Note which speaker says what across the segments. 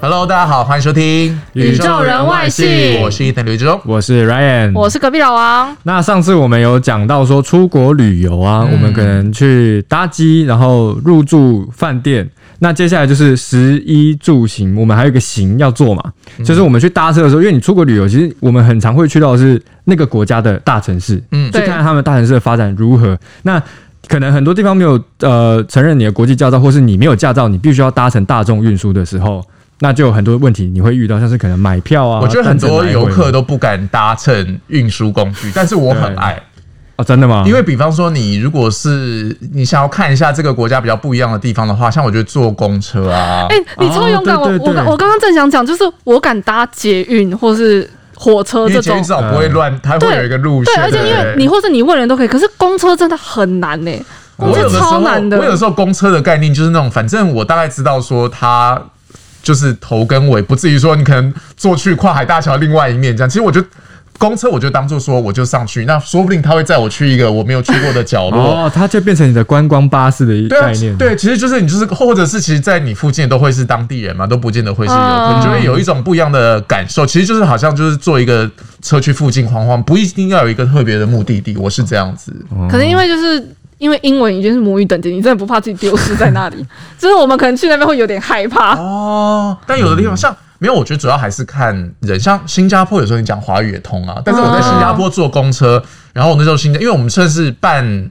Speaker 1: Hello，大家好，欢迎收听
Speaker 2: 宇宙人外星
Speaker 1: 我是伊藤刘志忠。
Speaker 2: 我是
Speaker 1: 嗯
Speaker 2: Ryan，
Speaker 3: 我是隔壁老
Speaker 1: 哦
Speaker 3: 王，
Speaker 2: 那上次我们有讲到说出国旅游啊，
Speaker 3: 嗯
Speaker 2: 我们可能去搭机，然后入住饭店。那接下来就是食衣住行，我们还有一个行要做嘛，
Speaker 3: 嗯
Speaker 2: 就是我们去搭车的时候，因为你出国旅游，其实我们很常会去到的是那个国家的大城市，
Speaker 1: 嗯
Speaker 2: 嗯，去
Speaker 3: 对
Speaker 2: 看看他们大城市的发展如何。那可能很多地方没有呃承认你的国际驾照，或是你没有驾照，你必须要搭乘大众运输的时候，那就有很多问题你会遇到，像是可能买票啊，
Speaker 1: 我觉得很
Speaker 2: 单
Speaker 1: 多
Speaker 2: 程来
Speaker 1: 游
Speaker 2: 回
Speaker 1: 客都不敢搭乘运输工具，但是我很爱，
Speaker 2: 哦，真的吗？
Speaker 1: 因为比方说你如果是你想要看一下这个国家比较不一样的地方的话，像我觉得坐公车啊，
Speaker 3: 哎、你超勇敢！
Speaker 2: 哦对对
Speaker 3: 我我
Speaker 2: 对
Speaker 3: 刚我刚刚正想讲，就是我敢搭捷运或是火车
Speaker 1: 因为
Speaker 3: 这
Speaker 1: 捷
Speaker 3: 种
Speaker 1: 运至，少不会乱，它会有一个路线
Speaker 3: 对，。而且因为你或是你问人都可以，可是公车真的很难呢、公
Speaker 1: 我有
Speaker 3: 车
Speaker 1: 的时候，
Speaker 3: 超难的
Speaker 1: 我有的时候公车的概念就是那种，反正我大概知道说它就是头跟尾，不至于说你可能坐去跨海大桥另外一面这样。其实我就公车，我就当做说我就上去，那说不定他会载我去一个我没有去过的角落。
Speaker 2: 哦，它就变成你的观光巴士的一
Speaker 1: 对啊
Speaker 2: 概念。，
Speaker 1: 对，其实就是你就是，或者是其实，在你附近都会是当地人嘛，都不见得会是游客，
Speaker 3: 嗯
Speaker 1: 你就会有一种不一样的感受。其实就是好像就是坐一个车去附近晃晃，不一定要有一个特别的目的地。我是这样子，
Speaker 3: 可能因为就是因为英文已经是母语等级，你真的不怕自己丢失在那里。 就是我们可能去那边会有点害怕，
Speaker 1: 哦，但有的地方像没有，我觉得主要还是看人。像新加坡有时候你讲华语也通啊，但是我在新加坡坐公车，然后我那时候新加，因为我们算是办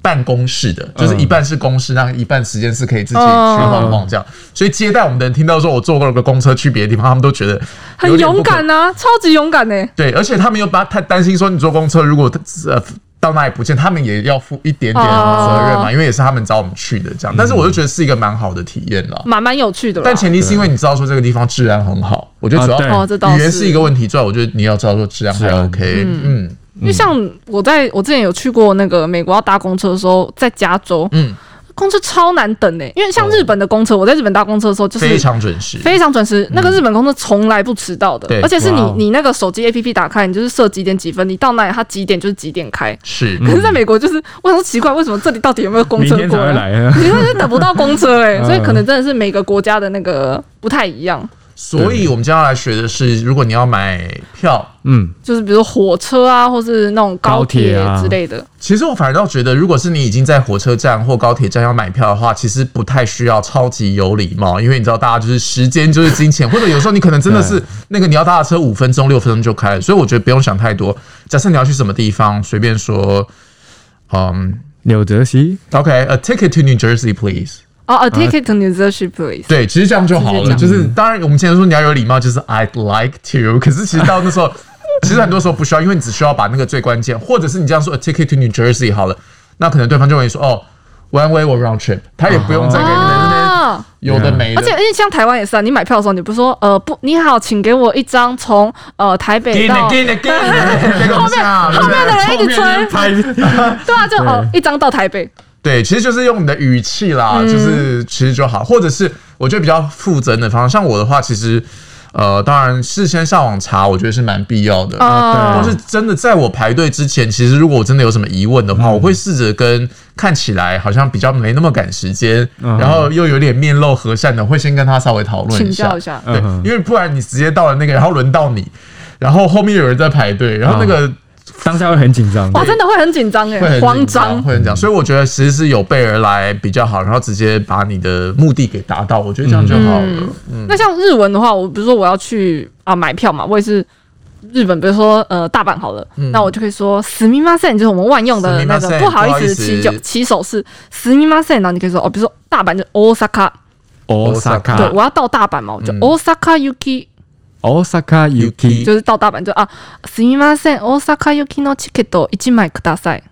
Speaker 1: 办公室
Speaker 3: 嗯
Speaker 1: 的，就是一半是公事，那一半时间是可以自己去
Speaker 3: 哦
Speaker 1: 晃晃这样。所以接待我们的人听到说我坐过了个公车去别的地方，他们都觉得
Speaker 3: 很
Speaker 1: 有点不可
Speaker 3: 勇敢啊，超级勇敢呢、
Speaker 1: 对，而且他们又把太担心说你坐公车如果呃到那里不见，他们也要负一点点责任嘛，
Speaker 3: 哦嗯
Speaker 1: 因为也是他们找我们去的这样。但是我就觉得是一个蛮好的体验啦。
Speaker 3: 蛮蛮有趣的啦。
Speaker 1: 但前提是因为你知道说这个地方治安很好，我觉得主要、
Speaker 2: 啊对啊
Speaker 3: 哦，这倒
Speaker 1: 语言是一个问题之外，我觉得你要知道说治安还
Speaker 2: 治安
Speaker 1: OK，嗯
Speaker 3: 因为像我在我之前有去过那个美国要搭公车的时候，在加州
Speaker 1: 嗯，
Speaker 3: 公车超难等呢、因为像日本的公车，我在日本搭公车的时候就是
Speaker 1: 非常准时，
Speaker 3: 非常准时，那个日本公车从来不迟到的
Speaker 1: 对，
Speaker 3: 而且是你
Speaker 2: 哇哦
Speaker 3: 你那个手机 APP 打开，你就是设几点几分，你到那里它几点就是几点开。
Speaker 1: 是
Speaker 3: 可是在美国就是，我想说奇怪，为什么这里到底有没有
Speaker 2: 嗯
Speaker 3: 公
Speaker 2: 明
Speaker 3: 车
Speaker 2: 天才
Speaker 3: 过
Speaker 2: 会
Speaker 3: 来？
Speaker 2: 来 啊。
Speaker 3: 你说是等不到公车哎、
Speaker 2: 嗯
Speaker 3: 所以可能真的是每个国家的那个不太一样，
Speaker 1: 所以我们接下来学的是，如果你要买票，
Speaker 2: 嗯，
Speaker 3: 就是比如说火车啊，或是那种高铁
Speaker 2: 高铁啊
Speaker 3: 之类的。
Speaker 1: 其实我反而倒觉得，如果是你已经在火车站或高铁站要买票的话，其实不太需要超级有礼貌，因为你知道大家就是时间就是金钱，或者有时候你可能真的是那个你要搭的车五分钟六分钟就开了，所以我觉得不用想太多。假设你要去什么地方，随便说，嗯
Speaker 2: 纽泽西，
Speaker 1: ，OK，a ticket to New Jersey please。
Speaker 2: 啊
Speaker 3: 哦、a ticket to New Jersey, please。
Speaker 1: 对，其实这样就好了。
Speaker 3: 直接讲
Speaker 1: 就是当然，我们现在说你要有礼貌，就是 I'd like to。可是其实到那时候，其实很多时候不需要，因为你只需要把那个最关键，或者是你这样说 a ticket to New Jersey 好了，那可能对方就会说哦，one way or round trip，他也不用再给你们那边
Speaker 3: 啊，
Speaker 1: 有的没的。
Speaker 3: 而且因为像台湾也是啊，你买票的时候，你不是说呃不，你好，请给我一张从呃台
Speaker 1: 给
Speaker 3: 北
Speaker 1: 你
Speaker 3: 到
Speaker 1: 给你给你，别跟我讲
Speaker 3: 后面的人一直催，
Speaker 2: 拍
Speaker 3: 对啊，就哦一张到台北，
Speaker 1: 对，其实就是用你的语气啦，就是其实就好，或者是我觉得比较负责任的方式。像我的话，其实呃，当然事先上网查，我觉得是蛮必要的。
Speaker 2: 啊
Speaker 1: 但是真的在我排队之前，其实如果我真的有什么疑问的
Speaker 2: 嗯
Speaker 1: 话，我会试着跟看起来好像比较没那么赶时间，
Speaker 2: 嗯
Speaker 1: 然后又有点面露和善的，会先跟他稍微讨论
Speaker 3: 请
Speaker 1: 一下
Speaker 3: 教一。下。
Speaker 1: 对
Speaker 2: 嗯哼，
Speaker 1: 因为不然你直接到了那个，然后轮到你，然后后面有人在排队，然后那个
Speaker 2: 当下会很紧张。
Speaker 3: 哇，真的会很紧张
Speaker 1: 会
Speaker 3: 哎，
Speaker 1: 很
Speaker 3: 慌
Speaker 1: 紧张
Speaker 3: 张。
Speaker 1: 会很紧
Speaker 2: 嗯
Speaker 1: 张。所以我觉得其实是有备而来比较好，然后直接把你的目的给达到，我觉得这样就好了。
Speaker 3: 那像日文的话，我比如说我要去啊买票嘛，我也是日本，比如说呃大阪好了，那我就可以说死密马森，就是我们万用的那
Speaker 1: すみませ
Speaker 3: 个
Speaker 1: ん
Speaker 3: 不好
Speaker 1: 不好
Speaker 3: 意
Speaker 1: 意
Speaker 3: 思
Speaker 1: 思
Speaker 3: 起手起手式死密马森，然后你可以说哦，比如说大阪就 Osaka，
Speaker 1: Osaka
Speaker 3: 对
Speaker 2: ，Osaka，Osaka
Speaker 3: 我要到大阪嘛，我就 Osaka Yuki。
Speaker 2: Yuki，
Speaker 3: 就是到大阪就啊，すみません、大阪行きのチケット一枚ください。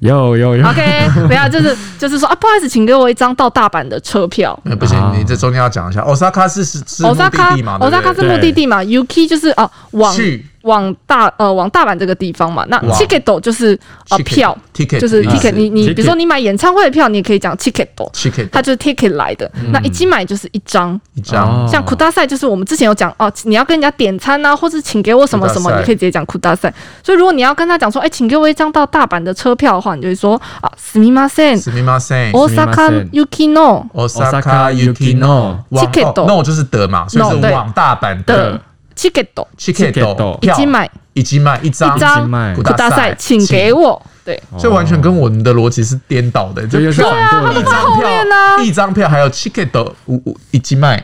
Speaker 2: 有 有有，
Speaker 3: OK，不要，就是就是说啊，不好意思，请给我一张到大阪的车票。
Speaker 1: 那呃不行
Speaker 2: 啊，
Speaker 1: 你这中间要讲一下，Osaka 是是是目的
Speaker 3: Osaka
Speaker 1: 地嘛？对不对
Speaker 3: Osaka 是目的地嘛，Yuki 就是啊往
Speaker 1: 去
Speaker 3: 往大呃往大阪这个地方嘛，那
Speaker 1: 哇
Speaker 3: ticket 就是呃票，
Speaker 1: ticket
Speaker 3: 就是 ticket，
Speaker 2: 啊
Speaker 3: 你你
Speaker 2: ticket
Speaker 3: 比如说你买演唱会的票，你也可以讲 ticket，
Speaker 1: ticket
Speaker 3: 它就是 ticket 来的。
Speaker 1: 嗯
Speaker 3: 那一进买就是一张，
Speaker 1: 一张
Speaker 2: 哦
Speaker 3: 像苦大赛就是我们之前有讲哦，你要跟人家点餐啊，或是请给我什么什
Speaker 1: 库
Speaker 3: 么，
Speaker 1: 大赛
Speaker 3: 你可以直接讲苦大赛。所以如果你要跟他讲说，哎，请给我一张到大阪的车票的话，你就会说啊，すみません
Speaker 1: すみません。
Speaker 3: ，Osaka Yuki no。
Speaker 1: Osaka Yukino
Speaker 3: Ticket
Speaker 1: 那我就是德嘛，所以
Speaker 3: No，
Speaker 1: 是
Speaker 3: 对
Speaker 1: 往大阪
Speaker 3: 的
Speaker 1: 的
Speaker 3: ticket
Speaker 1: ticket
Speaker 3: 一
Speaker 1: 票
Speaker 3: 进买
Speaker 1: 一斤卖一张
Speaker 3: 一
Speaker 2: 一
Speaker 3: 张啊
Speaker 2: 起卖
Speaker 1: 苦
Speaker 3: 苦大赛，请给我。对，
Speaker 1: 所以完全跟我们的逻辑是颠倒的，
Speaker 2: 这
Speaker 1: 就
Speaker 2: 就是是
Speaker 3: 啊
Speaker 2: 反过
Speaker 1: 一
Speaker 2: 来。
Speaker 1: 张
Speaker 3: 后面啊呢
Speaker 1: 票，一张票还有 ticket 五五一斤卖。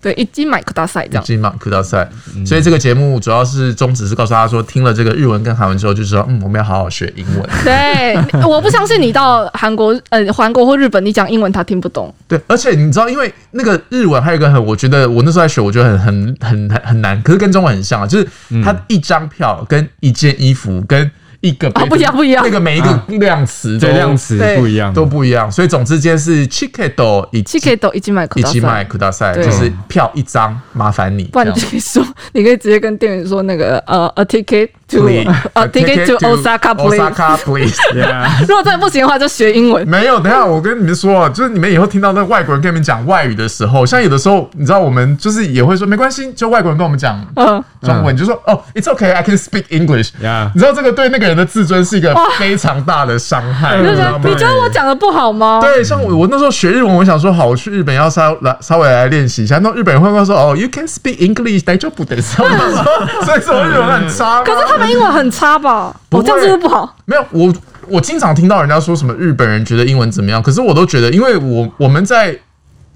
Speaker 3: 对，一进买苦大赛这样。
Speaker 1: 金马科大赛，所以这个节目主要是宗旨是告诉大家说，听了这个日文跟韩文之后，就知道嗯，我们要好好学英文。
Speaker 3: 对， 我不相信你到韩国，呃，韩国或日本，你讲英文他听不懂。
Speaker 1: 对，而且你知道，因为那个日文还有一个很，我觉得我那时候在学，我觉得很很很很很难，可是跟中文很像啊，就是
Speaker 3: 嗯
Speaker 1: 它一张票跟一件衣服跟一个杯子
Speaker 3: 啊不一样不一样啊
Speaker 1: 那个每一个量词都
Speaker 2: 这量词
Speaker 3: 对
Speaker 2: 不一样，
Speaker 1: 都不一样，所以总之今天是 ticket 以及
Speaker 3: ticket 一进买苦
Speaker 1: 以
Speaker 3: 大
Speaker 1: 及卖
Speaker 3: 赛，
Speaker 1: 科大赛，
Speaker 3: 对
Speaker 1: 就是票一张，麻烦你
Speaker 3: 不
Speaker 1: 这
Speaker 3: 然
Speaker 1: 样。
Speaker 3: 你就可以说，你可以直接跟店员说那个呃，a ticket to
Speaker 1: Please, 呃
Speaker 3: a ticket 哦 to Osaka please。
Speaker 1: Osaka please。
Speaker 2: Yeah，
Speaker 3: 如果真的不行的话，就学英文。
Speaker 1: 没有，等一下我跟你们说，就是你们以后听到那外国人跟你们讲外语的时候，像有的时候，你知道我们就是也会说没关系，就外国人跟我们讲
Speaker 3: 嗯，
Speaker 1: 中文，你就说哦，It's okay, I can speak English。
Speaker 2: Yeah
Speaker 1: 你知道这个对那个人的自尊是一个非常大的伤害，
Speaker 3: 你
Speaker 1: 你
Speaker 3: 就
Speaker 1: 知
Speaker 3: 觉
Speaker 1: 道
Speaker 3: 得
Speaker 1: 吗
Speaker 3: 你？觉得我讲的不好吗？
Speaker 1: 对，像我我那时候学日文，我想说好，我去日本要稍来稍微来练习一下。那日本人会不会说哦，You can speak English，但就不得上， 所以说我日文很差吗。
Speaker 3: 可是他们英文很差吧？
Speaker 1: 不
Speaker 3: 我
Speaker 1: 会
Speaker 3: 这样是不是不好？
Speaker 1: 没有，我我经常听到人家说什么日本人觉得英文怎么样，可是我都觉得，因为我我们在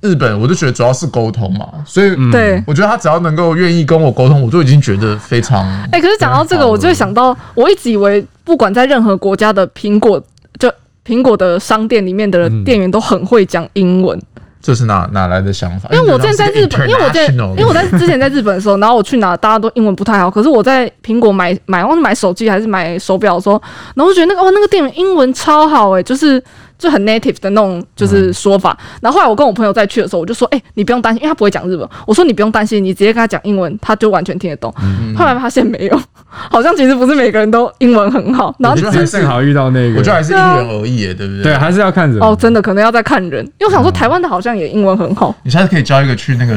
Speaker 1: 日本，我就觉得主要是沟通嘛，所以
Speaker 2: 嗯
Speaker 3: 对
Speaker 1: 我觉得他只要能够愿意跟我沟通，我就已经觉得非常
Speaker 3: 哎、可是讲到这个，我就会想到，我一直以为不管在任何国家的苹果，就苹果的商店里面的店员都很会讲英文。
Speaker 1: 这是哪哪啊来的想法？
Speaker 3: 因为我之前在日本，因为我
Speaker 1: 在，
Speaker 3: 在因为我在之前在日本的时候，然后我去哪大家都英文不太好，可是我在苹果买买，忘记买手机还是买手表的时候，然后我就觉得那个哦，那个店员英文超好诶、就是就很 native 的那种就是说法。然后后来我跟我朋友再去的时候，我就说，哎、你不用担心，因为他不会讲日文，我说你不用担心，你直接跟他讲英文，他就完全听得懂。
Speaker 1: 嗯
Speaker 3: 后来发现没有， 好像其实不是每个人都英文很好，然后
Speaker 1: 我觉得还是
Speaker 2: 正好遇到那个，
Speaker 1: 我觉得还是因人而异耶，对不对？
Speaker 2: 对，还是要看人
Speaker 3: 哦，真的可能要再看人，因为我想说台湾的好像也英文很好。
Speaker 1: 你下次可以教一个去那个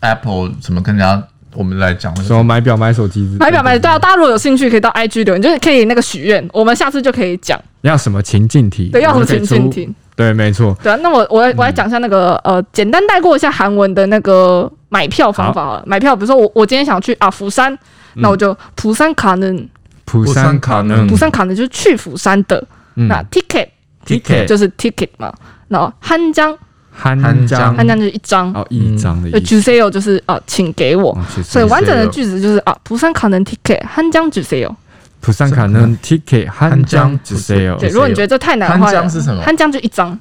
Speaker 1: Apple 怎么跟人家我们来讲的
Speaker 2: 什么买表、买手机之类的、
Speaker 3: 买表买对啊，大家如果有兴趣可以到 IG 留言，就是可以那个许愿，我们下次就可以讲。
Speaker 2: 要什么情境题？
Speaker 3: 对要什
Speaker 2: 我
Speaker 3: 么
Speaker 2: 们可以
Speaker 3: 情境
Speaker 2: 出
Speaker 3: 题？
Speaker 2: 对，没错。
Speaker 3: 对啊，那我我来我来讲一下那个、呃，简单带过一下韩文的那个买票方法好了。买票，比如说我我今天想去啊釜山，那我就釜山卡能，
Speaker 2: 釜山卡
Speaker 1: 嗯
Speaker 2: 嗯能
Speaker 3: 釜山卡能就是去釜山的。那 ticket 就是 ticket 嘛，然后汉江
Speaker 2: 汉江
Speaker 3: 汉江就是一张，
Speaker 2: 哦，一张的
Speaker 3: 就
Speaker 2: 意思。
Speaker 3: juseyo 就是啊、请给我。
Speaker 1: 嗯
Speaker 2: 哦去
Speaker 3: 所以完整的
Speaker 2: 去
Speaker 3: 句子就是啊釜山卡能 ticket 汉江 juseyo。
Speaker 2: 釜山卡能 ticket 汉江之类哦
Speaker 3: 对，。如果你觉得这太难的话，
Speaker 1: 汉江是什么
Speaker 3: 汉江就一张，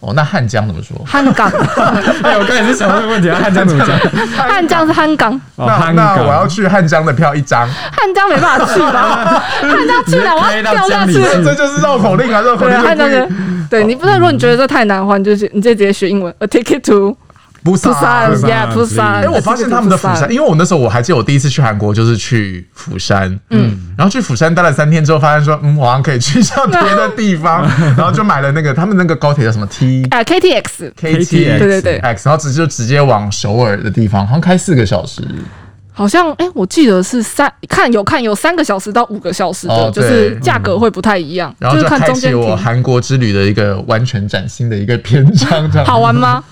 Speaker 1: 哦，那汉江怎么说？
Speaker 3: 汉 港。
Speaker 2: 哎，我刚才是想问问题，汉江怎么讲？
Speaker 3: 汉江是汉港，
Speaker 2: 哦，
Speaker 1: 那
Speaker 2: 汉
Speaker 1: 那
Speaker 2: 港。
Speaker 1: 我要去汉江的票一张，
Speaker 3: 汉江没办法去吧？汉江去了，我要掉下去
Speaker 2: 你。会开到江里
Speaker 1: 这就是绕口令啊，绕口
Speaker 3: 对
Speaker 1: 令
Speaker 3: 啊，
Speaker 1: 就哦
Speaker 3: 汉
Speaker 1: 不
Speaker 3: 江
Speaker 1: 一
Speaker 3: 是，对你不是，如果你觉得这太难的话，你就去，你就直接学英文。A ticket to
Speaker 1: 不
Speaker 3: 釜山
Speaker 1: 是。
Speaker 3: ，Yeah，釜山。
Speaker 1: 哎、我发现他们的釜山，，因为我那时候我还记得我第一次去韩国就是去釜山，嗯，然后去釜山待了三天之后，发现说，嗯，我好像可以去一 下别的地方，然后就买了那个他们那个高铁叫什么 T
Speaker 3: 啊，KTX，
Speaker 1: K T X，
Speaker 2: 对
Speaker 3: 对对
Speaker 1: X，然后直接就直接往首尔的地方，好像开四个小时，
Speaker 3: 好像哎，我记得是三，看有看有三个小时到五个小时的，
Speaker 1: 哦
Speaker 3: 就
Speaker 1: 对
Speaker 3: 是价格会不太一样，
Speaker 1: 然后
Speaker 3: 是
Speaker 1: 就
Speaker 3: 看
Speaker 1: 开
Speaker 3: 中
Speaker 1: 启
Speaker 3: 间
Speaker 1: 我
Speaker 3: 停。
Speaker 1: 韩国之旅的一个完全崭新的一个篇章，这样
Speaker 3: 好玩吗？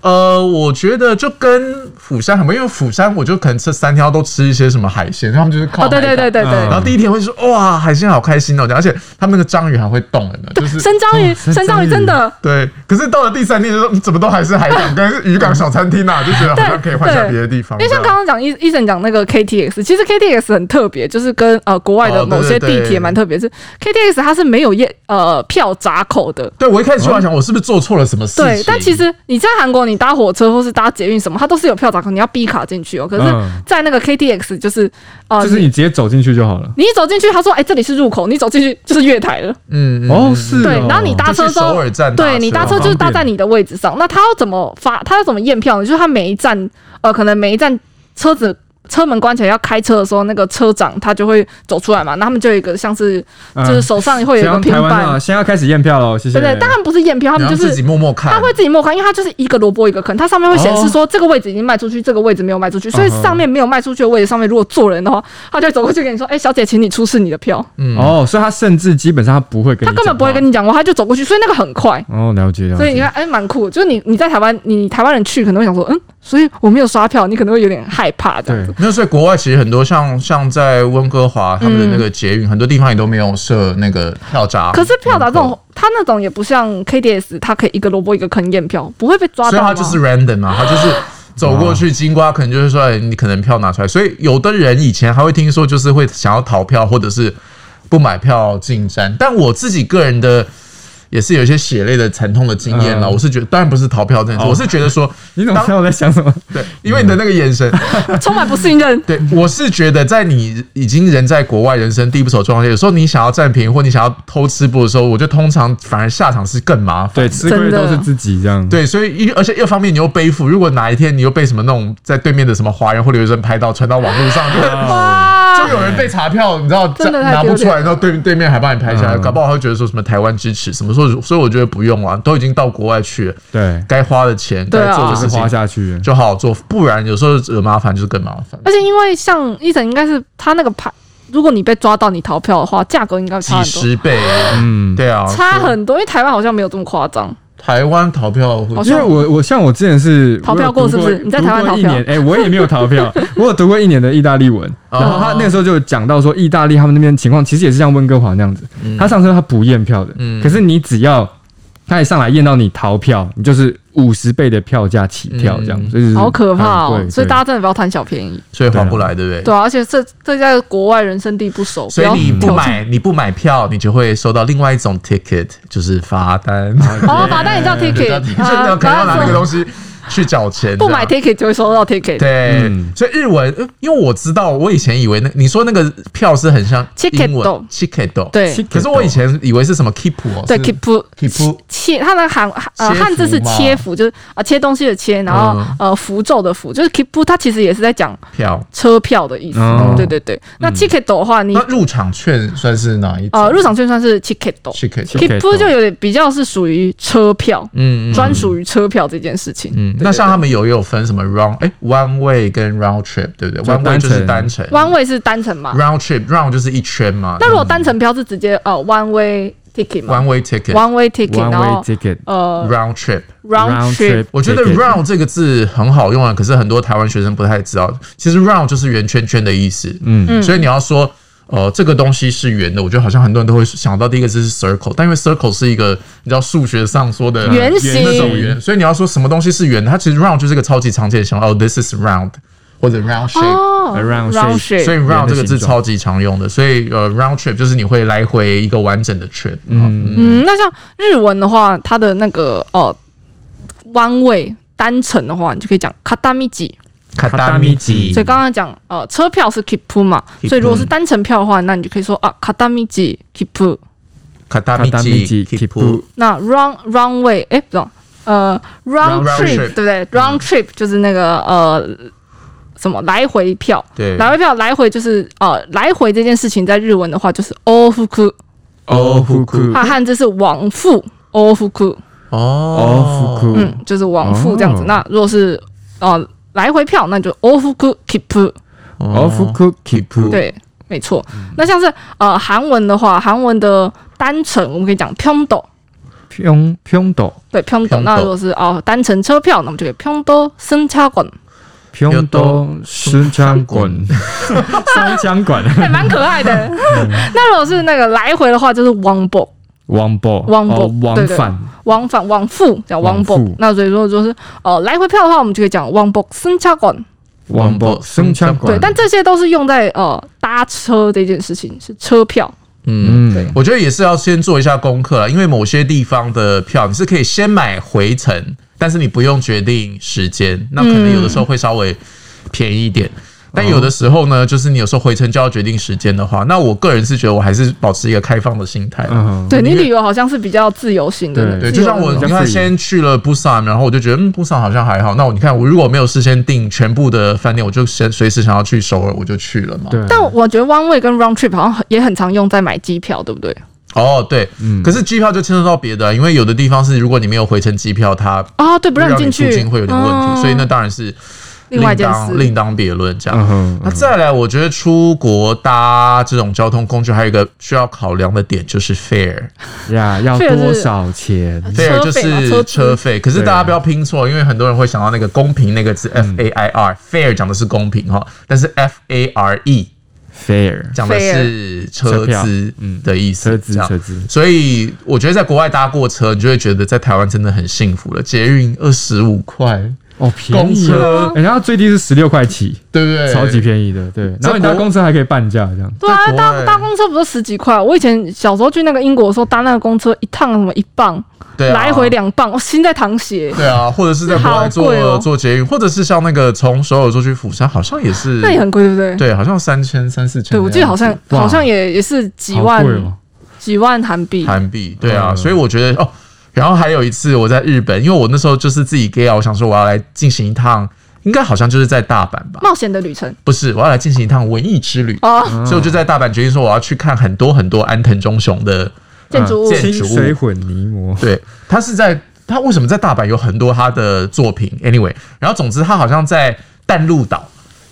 Speaker 1: 呃，我觉得就跟釜山很不一样，因为釜山我就可能这三天都吃一些什么海鲜，他们就是靠
Speaker 3: 哦，
Speaker 1: 海岛、
Speaker 3: 对对对对
Speaker 2: 嗯
Speaker 1: 然
Speaker 3: 对。
Speaker 1: 后第一天会说哇海鲜好开心哦，这样而且他们那个章鱼还会动的呢，就是
Speaker 3: 生章鱼，
Speaker 2: 哦生
Speaker 3: 生章鱼
Speaker 2: 章鱼
Speaker 3: 真的，
Speaker 1: 对。可是到了第三天就说嗯怎么都还是海港跟渔港小餐厅啊，就觉得好像可以换下别的地方。
Speaker 3: 因为像刚刚讲医医生讲那个 KTX，其实 KTX 很特别，就是跟呃国外的
Speaker 1: 哦对
Speaker 3: 某些
Speaker 1: 对对
Speaker 3: 地铁蛮特别，是 KTX 它是没有验呃票闸口的。
Speaker 1: 对我一开始就在想我是不是做错了什么事情？
Speaker 3: 对，但其实你在韩国，你搭火车或是搭捷运什么，它都是有票闸口，你要 B 卡进去哦。可是
Speaker 2: 嗯，
Speaker 3: 在那个 KTX 就是呃，
Speaker 2: 就是
Speaker 3: 你
Speaker 2: 你直接走进去就好了。
Speaker 3: 你一走进去，他说哎、这里是入口，你走进去就是月台了。
Speaker 1: 嗯，嗯
Speaker 2: 哦，是哦。
Speaker 3: 对，然后你搭车
Speaker 1: 就
Speaker 3: 之
Speaker 1: 去
Speaker 3: 后
Speaker 1: 首尔，站
Speaker 3: 对你搭车
Speaker 2: 好
Speaker 3: 就是搭
Speaker 2: 方便
Speaker 3: 在你的位置上。那他要怎么发？他要怎么验票呢？就是他每一站，呃，可能每一站车子车门关起来要开车的时候，那个车长他就会走出来嘛，那他们就有一个像是就是手上会有一个
Speaker 2: 嗯像
Speaker 3: 平
Speaker 2: 台湾
Speaker 3: 板
Speaker 2: 啊，，先要开始验票喽，谢谢。
Speaker 3: 对对，但他们不是验票，他
Speaker 1: 你
Speaker 3: 们
Speaker 1: 要
Speaker 3: 就
Speaker 1: 自
Speaker 3: 是
Speaker 1: 己默默看，
Speaker 3: 他会自己默看，因为他就是一个萝卜一个坑，它上面会
Speaker 2: 哦
Speaker 3: 显示说这个位置已经卖出去，这个位置没有卖出
Speaker 2: 嗯
Speaker 3: 去，所以上面没有卖出去的位置上面如果坐人的话，他就会走过去跟你说：“哎、小姐，请你出示你的票。
Speaker 1: 嗯
Speaker 2: 哦，所以他甚至基本上他不会”跟
Speaker 3: 他
Speaker 2: 你讲话，
Speaker 3: 根本不会跟你讲话，他就走过去，所以那个很快。
Speaker 2: 哦，了解了解。
Speaker 3: 所以你看，哎、蛮酷的。就是你你在台湾，你台湾人去可能会想说，嗯，所以我没有刷票，你可能会有点害怕这样
Speaker 2: 对
Speaker 3: 子。，
Speaker 1: 没有，所以国外其实很多像像在温哥华他们的那个捷运，很多地方也都没有设那个票闸。
Speaker 3: 嗯可是票打这种，他那种也不像 KDS，他可以一个萝卜一个坑验票，不会被抓
Speaker 1: 所
Speaker 3: 到
Speaker 1: 以
Speaker 3: 吗
Speaker 1: 他就是 random 啊，他就是走过去金
Speaker 2: 哦
Speaker 1: 瓜，可能就是说，哎，你可能票拿出来。所以有的人以前还会听说，就是会想要逃票或者是不买票进站。但我自己个人的。也是有一些血泪的惨痛的经验了，
Speaker 2: 嗯
Speaker 1: 我是觉得当然不是逃票这件事，
Speaker 2: 哦
Speaker 1: 我是觉得说，
Speaker 2: 你怎么知道我在想什么？
Speaker 1: 对，因为你的那个眼神，
Speaker 3: 充满不信任。
Speaker 1: 对我是觉得在你已经人在国外人生地不熟的状况下，有时候你想要占便宜或你想要偷吃步的时候，我就通常反而下场是更麻烦。
Speaker 2: 对，吃亏都是自己这样。，
Speaker 1: 对，所以一而且一方面你又背负，如果哪一天你又被什么那种在对面的什么华人或留学生拍到传到网络 上，就
Speaker 3: 哇
Speaker 1: 就有人被查票，你知道
Speaker 3: 真的太
Speaker 1: 拿不出
Speaker 3: 丢
Speaker 1: 来，
Speaker 3: 脸
Speaker 1: 然后对对面还帮你拍下来，
Speaker 2: 嗯
Speaker 1: 搞不好他会觉得说什么台湾支持什么，所以所以我觉得不用啊，都已经到国外去了，
Speaker 2: 对，
Speaker 1: 该花的钱
Speaker 3: 对
Speaker 1: 该
Speaker 3: 啊
Speaker 1: 做的
Speaker 2: 就是
Speaker 1: 事情
Speaker 2: 花下去。
Speaker 1: 就好好做，不然有时候惹麻烦就是更麻烦。
Speaker 3: 而且因为像伊晨应该是他那个牌，如果你被抓到你逃票的话，价格应该 差
Speaker 1: 几
Speaker 3: 很多，
Speaker 1: 十倍，
Speaker 2: 嗯，
Speaker 1: 对啊，
Speaker 3: 差
Speaker 1: 所以
Speaker 3: 很多。因为台湾好像没有这么夸张，
Speaker 1: 台湾逃票会
Speaker 3: 好
Speaker 2: 因为
Speaker 3: 像
Speaker 2: 我我像我之前是
Speaker 3: 哦 逃票过是不是你在台湾
Speaker 2: 读过
Speaker 3: 逃
Speaker 2: 一
Speaker 3: 票
Speaker 2: 年，哎，我也没有逃 票，我有读过一年的意大利文。
Speaker 1: 哦
Speaker 2: 然后他那个时候就讲到说，意大利他们那边情况其实也是像温哥华那样子，他上车他不验票的，
Speaker 1: 嗯
Speaker 2: 可是你只要他一上来验到你逃票，你就是五十倍的票价起跳这样，
Speaker 1: 嗯
Speaker 2: 所以就是
Speaker 3: 好可怕
Speaker 2: 很
Speaker 3: 哦
Speaker 2: 贵。
Speaker 3: 所以
Speaker 2: 对
Speaker 3: 大家真的不要贪小便宜，
Speaker 1: 所以划不来，对不对？
Speaker 3: 对啊。而且这这在国外人生地不熟，
Speaker 1: 所以
Speaker 3: 要
Speaker 1: 你不
Speaker 3: 挑
Speaker 1: 买，你不买票，你就会收到另外一种 ticket，就是罚单。
Speaker 3: 哦，罚单也叫
Speaker 1: 对就是
Speaker 3: ticket，
Speaker 1: 可能要拿那个
Speaker 3: 西。
Speaker 1: 东西去缴钱。
Speaker 3: 不买
Speaker 1: 这样
Speaker 3: ticket 就会收到 ticket。
Speaker 1: 对
Speaker 2: 嗯，
Speaker 1: 所以日文，呃因为我知道，我以前以为那你说那个票是很像
Speaker 3: Ticket
Speaker 1: 英文 ticket，，
Speaker 3: 对
Speaker 2: 对
Speaker 1: 可是我以前以为是什么 keep 哦，
Speaker 3: 对
Speaker 1: 是
Speaker 3: ，keep
Speaker 1: keep
Speaker 3: 切，它的汉呃
Speaker 1: 切符
Speaker 3: 汉字是
Speaker 1: 嘛
Speaker 3: 切符，就是啊切东西的切，然后
Speaker 1: 嗯
Speaker 3: 呃符咒的符，就是 keep，它其实也是在讲
Speaker 1: 票，
Speaker 3: 车票的意思。
Speaker 2: 哦
Speaker 3: 对对对，那 ticket 的话，嗯你
Speaker 1: 那入场券算是哪一种？
Speaker 3: 呃，入场券算是 ticket，
Speaker 1: 嗯 ticket，
Speaker 2: Ticket
Speaker 3: ticket 就有点比较是属于车票，
Speaker 1: 嗯，嗯
Speaker 3: 专属于车票这件事情。
Speaker 1: 嗯，那像他们有也有分什么 round 哎 one way 跟 round trip 对不对
Speaker 2: 就
Speaker 1: ？one way
Speaker 2: 单
Speaker 1: 就
Speaker 2: 程
Speaker 1: 是单程
Speaker 3: one way 是单程嘛？
Speaker 1: ，round trip round 就是一圈嘛。
Speaker 3: 那如果单程票是直接呃 one way ticket 嘛
Speaker 1: one way ticket
Speaker 3: ？one way ticket，
Speaker 2: one
Speaker 3: 然
Speaker 2: way
Speaker 3: 后
Speaker 2: ticket
Speaker 3: 呃
Speaker 1: round trip，
Speaker 3: round trip，
Speaker 1: 我觉得 round 这个字很好用啊，可是很多台湾学生不太知道，其实 round 就是圆圈圈的意思。
Speaker 2: 嗯
Speaker 1: 嗯，所以你要说呃这个东西是圆的，我觉得好像很多人都会想到第一个字是 circle，但因为 circle 是一个你知道数学上说的
Speaker 3: 圆
Speaker 1: 那种
Speaker 3: 形
Speaker 2: 嗯
Speaker 1: 圆，所以你要说什么东西是圆的，它其实 round 就是一个超级常见的形容，哦，this is round 或者 round shape。
Speaker 3: 哦
Speaker 2: A round
Speaker 3: round
Speaker 2: shape，
Speaker 1: 所以
Speaker 3: shape，
Speaker 1: round
Speaker 2: 圆的
Speaker 1: 这个字
Speaker 2: 形状
Speaker 1: 超级常用的，所以呃 round trip 就是你会来回一个完整的 trip，嗯，
Speaker 3: 嗯，那像日文的话，它的那个哦 one way 单程的话，你就可以讲 katamichi。
Speaker 1: 卡达米吉
Speaker 3: 所以刚刚讲呃车票是 kipu 嘛，
Speaker 1: Kippu
Speaker 3: 所以如果是单程票的话，那你就可以说啊 katamichi kipu。
Speaker 1: 卡达米吉
Speaker 2: Katamichi
Speaker 1: kipu
Speaker 2: Kippu
Speaker 3: 那 round round way，哎、不懂，呃 round
Speaker 1: Round
Speaker 3: trip 嗯
Speaker 1: trip
Speaker 3: 对不对？round trip 就是那个呃什么来回票，
Speaker 1: 对
Speaker 3: 来回票来回就是呃来回这件事情在日文的话就是 o f u k u
Speaker 2: 哦呼哭
Speaker 3: 它汉字是往复 o f u k u
Speaker 1: 哦
Speaker 2: 哦呼哭
Speaker 3: 嗯，就是往复这样子。
Speaker 2: 哦
Speaker 3: 那如果是呃来回票，那就 o f u k u kipu，
Speaker 2: 哦呼哭 keep
Speaker 3: 嗯对，没错。那像是呃韩文的话，韩文的单程我们可以讲 p y o n d o
Speaker 2: 평평도
Speaker 3: 对 p y o n d o 那如果是哦、单程车票，那我们就可以 p y o n d o 승차 권
Speaker 2: 평도 순창권 순
Speaker 3: 还
Speaker 2: 창권
Speaker 3: 蛮可爱的。 那如果是那个来回的话，就是往博
Speaker 2: 왕복
Speaker 3: 왕복，对，
Speaker 2: 왕
Speaker 3: 对。
Speaker 2: 판
Speaker 3: 往返往复叫往博
Speaker 2: 往复。
Speaker 3: 那所以说就是呃来回票的话，我们就可以讲往博승차권。
Speaker 2: 왕복
Speaker 1: 승창권.
Speaker 2: 순창
Speaker 3: 对，
Speaker 2: 권
Speaker 3: 但这些都是用在呃搭车这件事情，是车票。
Speaker 2: Mm.
Speaker 1: 嗯，我觉得也是要先做一下功课啦，因为某些地方的票你是可以先买回程，但是你不用决定时间，那可能有的时候会稍微便宜一点。但有的时候呢，就是你有时候回程就要决定时间的话，那我个人是觉得我还是保持一个开放的心态啦。
Speaker 2: 嗯，
Speaker 3: 对你
Speaker 1: 因为
Speaker 3: 旅游好像是比较自由型的，
Speaker 1: 对，
Speaker 3: 自
Speaker 1: 就
Speaker 3: 由
Speaker 1: 像我
Speaker 3: 那
Speaker 1: 你
Speaker 3: 种
Speaker 2: 比较
Speaker 1: 看，
Speaker 2: free
Speaker 1: 先去了布萨，然后我就觉得嗯，布萨好像还好。那我你看，我如果没有事先订全部的饭店，我就先随时想要去首尔，我就去了嘛。
Speaker 2: 对，
Speaker 3: 但我觉得 one way 跟 round trip 好像很也很常用在买机票，对不对？
Speaker 1: 哦，对，
Speaker 3: 嗯
Speaker 1: 可是机票就牵扯到别的啊，因为有的地方是如果你没有回程机票，它
Speaker 3: 啊，对，不让
Speaker 1: 让
Speaker 3: 你进去
Speaker 1: 出境会有点问
Speaker 3: 嗯
Speaker 1: 题，所以那当然是
Speaker 3: 另外一件
Speaker 1: 当
Speaker 3: 事
Speaker 1: 另当别论这
Speaker 2: 嗯
Speaker 1: 样。
Speaker 2: 哼，
Speaker 1: 那再来，我觉得出国搭这种交通工具还有一个需要考量的点就是 fare。
Speaker 2: 呀，要
Speaker 3: 确实
Speaker 2: 多少钱？
Speaker 1: fare
Speaker 3: 车
Speaker 1: 就
Speaker 3: 费嘛
Speaker 1: 是
Speaker 3: 车啊资
Speaker 1: 车费，可是
Speaker 2: 对
Speaker 1: 大家不要拼错，因为很多人会想到那个公平那个字
Speaker 3: 嗯
Speaker 1: F A I R，fair 讲的是公平哈，但是 F A R E
Speaker 2: fair
Speaker 1: 讲的是车资
Speaker 3: 嗯
Speaker 1: 的意思，
Speaker 2: 车资
Speaker 1: 这样
Speaker 2: 车资
Speaker 1: 所以我觉得在国外搭过车，你就会觉得在台湾真的很幸福了，捷运二十五块，
Speaker 2: 哦，便宜
Speaker 1: 公车
Speaker 2: 啊，人家最低是十六块起，
Speaker 1: 对不对？
Speaker 2: 超级便宜的，对。然
Speaker 1: 在
Speaker 2: 后你搭
Speaker 1: 国
Speaker 2: 公车还可以半价这样，
Speaker 3: 对啊，
Speaker 1: 在国
Speaker 3: 搭
Speaker 1: 外
Speaker 3: 搭公车不是十几块？我以前小时候去那个英国的时候，搭那个公车一趟什么一磅，
Speaker 1: 对啊
Speaker 3: 来回两磅，我心在淌血。
Speaker 1: 对啊，或者是在国外
Speaker 3: 好
Speaker 1: 坐、
Speaker 3: 贵哦
Speaker 1: 坐捷运，或者是像那个从首尔坐去釜山，好像也是，
Speaker 3: 那也很贵，对不对？
Speaker 1: 对，好像三千三四千的
Speaker 3: 对，
Speaker 1: 样子，
Speaker 3: 我记得好像
Speaker 2: 哇
Speaker 3: 好像也也是几
Speaker 2: 好
Speaker 3: 万
Speaker 2: 贵哦。
Speaker 3: 几万韩币。
Speaker 1: 韩币，对啊，
Speaker 2: 嗯
Speaker 1: 所以我觉得哦，然后还有一次我在日本，因为我那时候就是自己 gay 啊，我想说我要来进行一趟，应该好像就是在大阪吧，
Speaker 3: 冒险的旅程
Speaker 1: 不是，我要来进行一趟文艺之旅，
Speaker 3: 哦，
Speaker 1: 所以我就在大阪决定说我要去看很多很多安藤忠雄的，
Speaker 3: 建筑
Speaker 1: 嗯
Speaker 3: 物
Speaker 1: 建
Speaker 2: 嗯清
Speaker 1: 筑物
Speaker 2: 水混泥 膜，
Speaker 1: 对他是在他为什么在大阪有很多他的作品，anyway，然后总之他好像在淡路岛。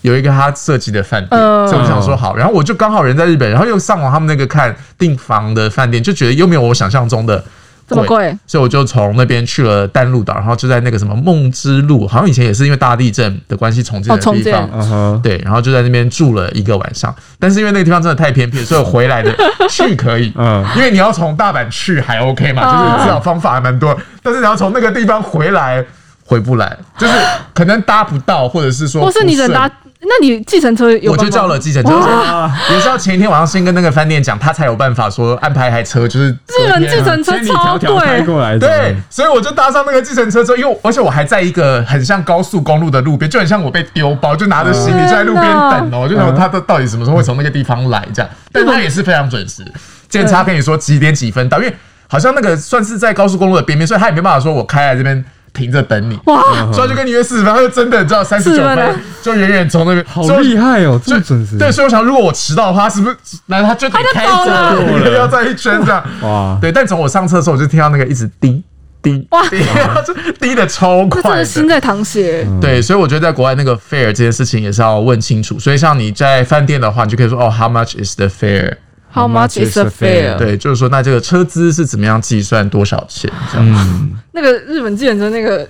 Speaker 1: 有一个他设计的饭店，
Speaker 3: 嗯
Speaker 1: 所以我想说好，然后我就刚好人在日本，然后又上网他们那个看订房的饭店，就觉得又没有我想象中的
Speaker 3: 这么贵，
Speaker 1: 所以我就从那边去了丹路岛，然后就在那个什么梦之路，好像以前也是因为大地震的关系重建
Speaker 3: 哦
Speaker 1: 的
Speaker 3: 重
Speaker 1: 地
Speaker 3: 建
Speaker 1: 方。
Speaker 2: 嗯哼，
Speaker 1: 对，然后就在那边住了一个晚上，但是因为那个地方真的太偏僻了，所以我回来的 去可以，
Speaker 2: 嗯
Speaker 1: 因为你要从大阪去还 OK 嘛，
Speaker 3: 哦
Speaker 1: 就是至少方法还蛮多，但是你要从那个地方回来回不来，就是可能搭不到，或者是说
Speaker 3: 或是你
Speaker 1: 不
Speaker 3: 只
Speaker 1: 顺
Speaker 3: 能搭？那你计程车有
Speaker 1: 我
Speaker 3: 办
Speaker 1: 就
Speaker 3: 法
Speaker 1: 叫了计程车，
Speaker 2: 啊
Speaker 1: 也是要前一天晚上先跟那个饭店讲，他才有办法说安排一台车，就是啊
Speaker 3: 日本计程车
Speaker 2: 千里
Speaker 3: 超
Speaker 2: 迢
Speaker 3: 贵
Speaker 2: 迢开过来的，
Speaker 1: 对，所以我就搭上那个计程车之后，因为我而且我还在一个很像高速公路的路边，就很像我被丢包，就拿着行李就在路边等哦，就想他到到底什么时候会从那个地方来这样，但他也是非常准时，检查跟你说几点几分到，因为好像那个算是在高速公路的边边，所以他也没办法说我开来这边停着等你。
Speaker 3: 哇，
Speaker 1: 所以他就跟你约四十分，他就真的你知道三十
Speaker 3: 40
Speaker 1: 九
Speaker 3: 分啊
Speaker 1: 分，就远远从那边，
Speaker 2: 好
Speaker 1: 所以我
Speaker 2: 厉害哦，这
Speaker 1: 所以
Speaker 2: 么准时，
Speaker 1: 对，所以我想，如果我迟到的话，他是不是那他就得开
Speaker 3: 走了
Speaker 1: 走，你 要再一圈这样？
Speaker 2: 哇
Speaker 1: 对，但从我上车的时候，我就听到那个一直滴滴
Speaker 3: 哇
Speaker 1: 滴， 就滴的嗯超
Speaker 3: 这真
Speaker 1: 快
Speaker 3: 的心
Speaker 1: 的。
Speaker 3: 在淌血。
Speaker 1: 对，所以我觉得在国外那个 fare 这件事情也是要问清楚。所以像你在饭店的话，你就可以说哦，How much is the fare？
Speaker 3: How much is the fare？
Speaker 1: 对，就是说那这个车资是怎么样计算多少钱这样？
Speaker 2: 嗯，
Speaker 3: 那个日本计程车那个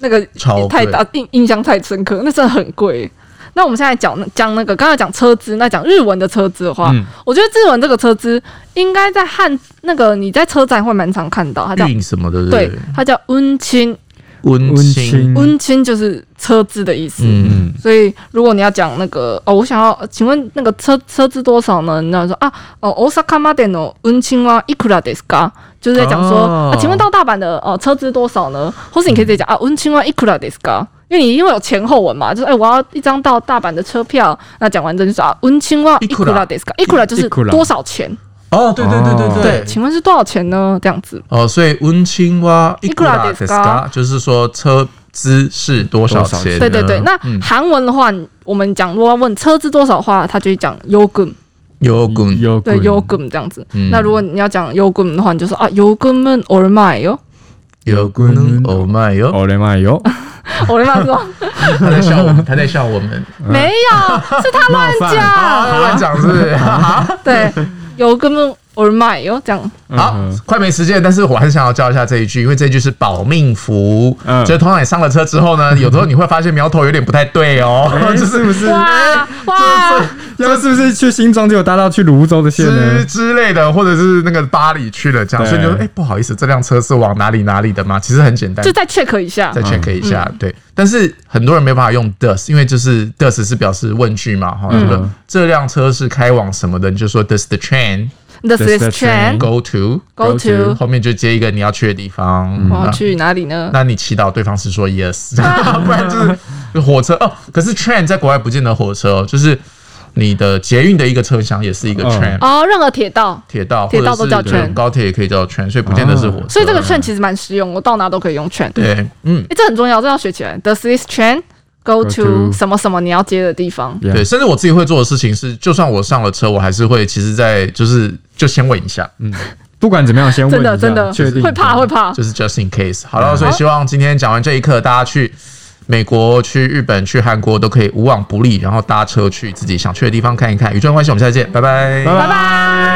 Speaker 3: 那个
Speaker 1: 超贵
Speaker 3: 太大印印象太深刻，那真的很贵。那我们现在讲讲那个，刚才讲车资，那讲日文的车资的话，
Speaker 2: 嗯
Speaker 3: 我觉得日文这个车资应该在汉那个你在车站会蛮常看到，它叫
Speaker 1: 运什么的，
Speaker 3: 对，它叫温亲，
Speaker 1: 温
Speaker 2: 温
Speaker 1: 馨
Speaker 2: 馨，
Speaker 3: 温亲就是车资的意思。
Speaker 1: 嗯，
Speaker 2: 嗯，
Speaker 3: 所以如果你要讲那个哦，我想要请问那个车车资多少呢？那说啊哦，大阪までの運賃はいくらですか？就是在讲说、
Speaker 1: 哦
Speaker 3: 啊，请问到大阪的哦车资多少呢？或是你可以直接讲啊，運賃はいくらですか？因为你因为有前后文嘛，就是哎、我要一张到大阪的车票。那讲完之后就说啊，運賃はいくらですか？いくら就
Speaker 2: い
Speaker 3: 是
Speaker 2: くら
Speaker 3: 多少钱？
Speaker 1: 哦，对对对
Speaker 2: 哦
Speaker 1: 对
Speaker 3: 对，请问是多少钱呢？这样子。
Speaker 1: 哦，所以温青蛙いくらです
Speaker 3: いくら
Speaker 1: か？就是说车资是多少钱呢？
Speaker 3: 对对对，那
Speaker 1: 嗯
Speaker 3: 韩文的话，我们讲如果要问车资多少的话，他就会讲 yogun。
Speaker 1: 有滚
Speaker 2: 有
Speaker 3: 对
Speaker 2: 鬼
Speaker 3: y o g u m 这样子。
Speaker 1: 嗯
Speaker 3: 那如果你要讲 y o g u m 的话，你就说啊 y o g u m n or 哦 my 哟。
Speaker 1: 有滚哦卖哟，
Speaker 2: 哦嘞妈哟，
Speaker 3: 我跟他说
Speaker 1: 他在笑我们，他在笑我们，
Speaker 2: 嗯
Speaker 3: 没有， 是他
Speaker 2: 冒
Speaker 3: 乱
Speaker 2: 犯，
Speaker 1: 啊，
Speaker 3: 讲。
Speaker 1: 乱讲是不是？
Speaker 2: 啊
Speaker 3: 对 y o g u m or my 哟，这样
Speaker 1: 好
Speaker 2: 嗯，
Speaker 1: 快没时间，但是我还是想要教一下这一句，因为这一句是保命符，
Speaker 2: 嗯
Speaker 1: 所以通常你上了车之后呢，有时候你会发现苗头有点不太对 哦，就是
Speaker 2: 哎是不是？
Speaker 3: 哇哇，
Speaker 2: 要是不是去新庄就有搭到去泸州的线
Speaker 1: 之
Speaker 2: 呢？
Speaker 1: 之类的，或者是那个巴黎去了这样，
Speaker 2: 对
Speaker 1: 所以你就说，哎，不好意思，这辆车是往哪里哪里的吗？其实很简单
Speaker 3: 就，再 check 一下
Speaker 1: 再。check 一下，
Speaker 2: 嗯
Speaker 1: 对。但是很多人没办法用 does，因为就是 does 是表示问句嘛，
Speaker 2: 嗯
Speaker 1: 哈，就是说这辆车是开往什么的，你就说 does the train
Speaker 3: This
Speaker 2: Does
Speaker 3: is
Speaker 2: the train
Speaker 3: train
Speaker 1: go to，
Speaker 2: go
Speaker 3: go to
Speaker 2: to
Speaker 1: 后面就接一个你要去的地方，
Speaker 2: 嗯
Speaker 3: 我要
Speaker 1: 啊
Speaker 3: 去哪里呢？
Speaker 1: 那你祈祷对方是说 yes，不然就是火车哦，可是 train 在国外不见得火车哦，就是你的捷运的一个车厢也是一个
Speaker 2: 嗯
Speaker 1: train，、
Speaker 3: 哦，任何铁道，
Speaker 1: 铁道
Speaker 3: 铁道都
Speaker 1: 或
Speaker 3: 叫
Speaker 1: 者是
Speaker 3: train
Speaker 1: 高铁也可以叫 train，所以不见
Speaker 2: 啊
Speaker 1: 得是火车。啊
Speaker 3: 所以这个券其实蛮实用，我到哪都可以用券。诶，
Speaker 1: 对，嗯，
Speaker 3: 这很重要，这要学起来。Does this train go
Speaker 2: Go
Speaker 3: to
Speaker 2: to-
Speaker 3: 什么什么你要接的地方？
Speaker 2: Yeah
Speaker 1: 对，甚至我自己会做的事情是，就算我上了车，我还是会其实在就是就先问一下，
Speaker 2: 不管怎么样，先问
Speaker 3: 真
Speaker 2: 一下，
Speaker 3: 的真的
Speaker 2: 确定
Speaker 3: 会怕会怕。
Speaker 1: 就是 just in case。好了，所以希望今天讲完这一课，大家去。美国、去日本、去韩国都可以无往不利，然后搭车去自己想去的地方看一看。宇宙关系，我们下次见，拜拜，
Speaker 2: 拜
Speaker 3: 拜拜。